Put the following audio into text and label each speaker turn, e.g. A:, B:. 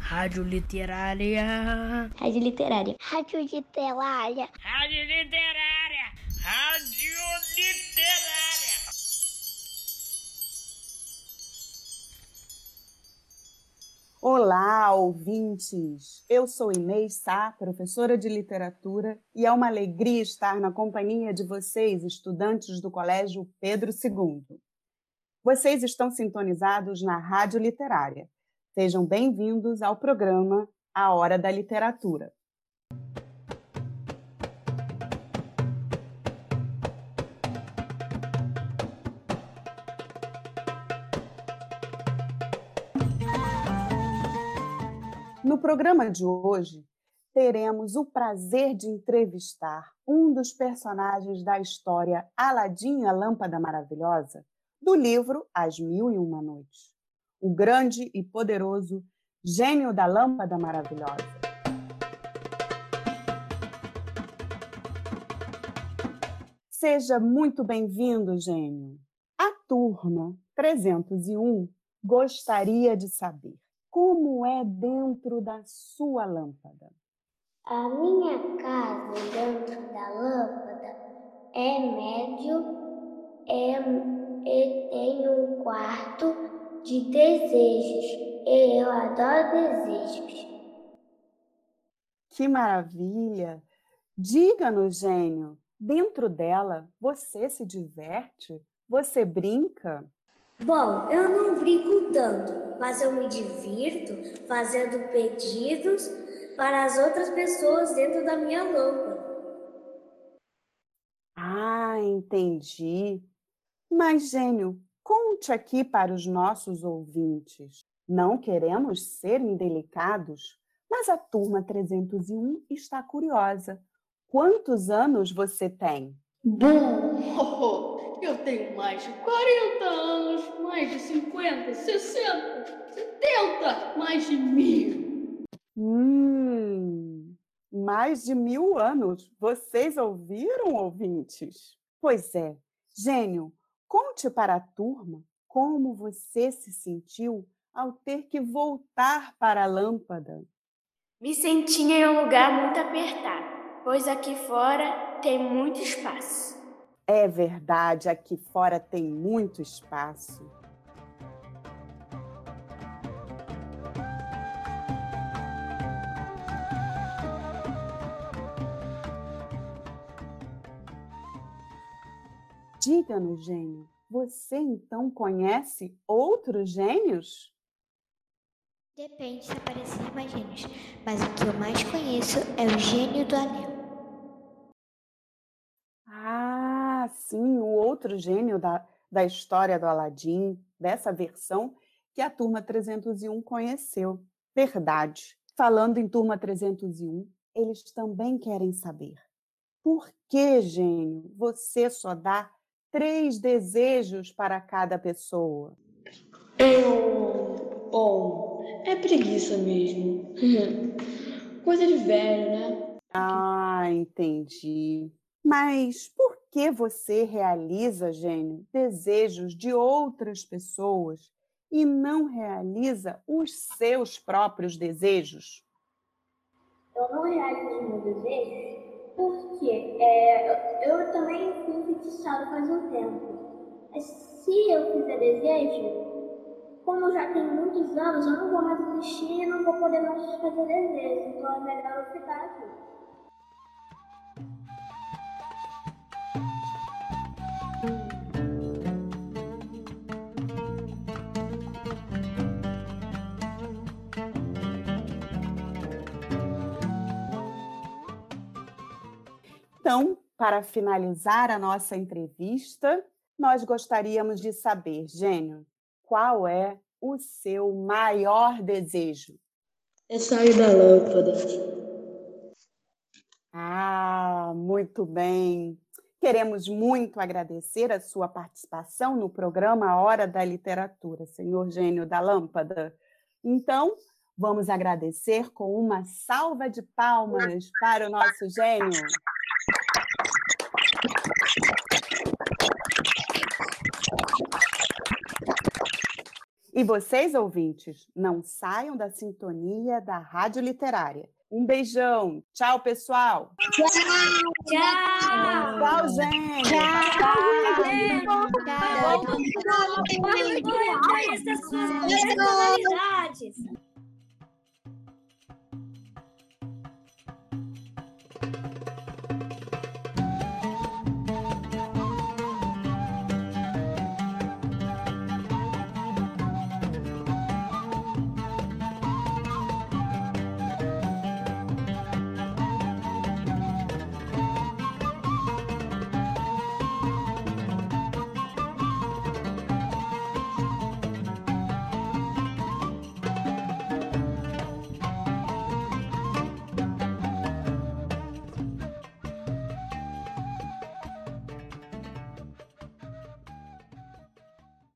A: Rádio Literária.
B: Rádio Literária. Rádio Literária.
A: Rádio Literária. Rádio Literária.
C: Olá, ouvintes! Eu sou Inês Sá, professora de literatura, e é uma alegria estar na companhia de vocês, estudantes do Colégio Pedro II. Vocês estão sintonizados na Rádio Literária. Sejam bem-vindos ao programa A Hora da Literatura. No programa de hoje, teremos o prazer de entrevistar um dos personagens da história Aladim e a Lâmpada Maravilhosa, do livro As Mil e Uma Noites. O grande e poderoso gênio da Lâmpada Maravilhosa. Seja muito bem-vindo, gênio. A turma 301 gostaria de saber como é dentro da sua lâmpada.
B: A minha casa dentro da lâmpada é médio é- e tem um quarto de desejos. E eu adoro desejos.
C: Que maravilha! Diga-nos, gênio, dentro dela você se diverte? Você brinca?
D: Bom, eu não brinco tanto, mas eu me divirto fazendo pedidos para as outras pessoas dentro da minha lâmpada.
C: Ah, entendi. Mas, gênio, conte aqui para os nossos ouvintes. Não queremos ser indelicados, mas a turma 301 está curiosa. Quantos anos você tem?
E: Bom, eu tenho mais de 40 anos, mais de 50, 60, 70, mais de mil.
C: Hum, mais de mil anos. Vocês ouviram, ouvintes? Pois é. Gênio, conte para a turma como você se sentiu ao ter que voltar para a lâmpada.
F: Me senti em um lugar muito apertado, pois aqui fora tem muito espaço.
C: É verdade, aqui fora tem muito espaço. Diga-nos, gênio, você então conhece outros gênios?
B: Depende se aparecer mais gênios, mas o que eu mais conheço é o gênio do anel.
C: Ah, sim, o outro gênio da, da história do Aladim, dessa versão que a turma 301 conheceu. Verdade. Falando em turma 301, eles também querem saber. Por que, gênio, você só dá três desejos para cada pessoa?
E: Eu. Bom, é preguiça mesmo. Hum, Coisa de velho, né?
C: Ah, entendi. Mas por que você realiza, gênio, desejos de outras pessoas e não realiza os seus próprios desejos?
D: Eu não realizo meu desejo porque é, eu, eu também fui fetichado faz um tempo. Mas Se eu fizer desejo, como eu já tenho muitos anos, eu não vou mais existir e não vou poder mais fazer desejo. Então é melhor eu ficar aqui.
C: Então, para finalizar a nossa entrevista, nós gostaríamos de saber, gênio, qual é o seu maior desejo?
E: É sair da lâmpada.
C: Ah, muito bem. Queremos muito agradecer a sua participação no programa A Hora da Literatura, senhor gênio da lâmpada. Então, vamos agradecer com uma salva de palmas para o nosso gênio. E vocês, ouvintes, não saiam da sintonia da Rádio Literária. Um beijão. Tchau, pessoal.
F: Tchau!
C: Tchau, gente.
B: Tchau.
F: Tchau! Tchau!